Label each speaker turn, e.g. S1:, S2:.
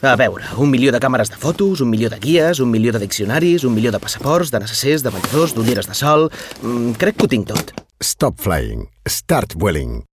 S1: A veure, un milió de càmeres de fotos, un milió de guies, un milió de diccionaris, un milió de passaports, de necessers, de banyadors, d'ulleres de sol... Mm, crec que ho tinc tot.
S2: Stop flying. Start welling.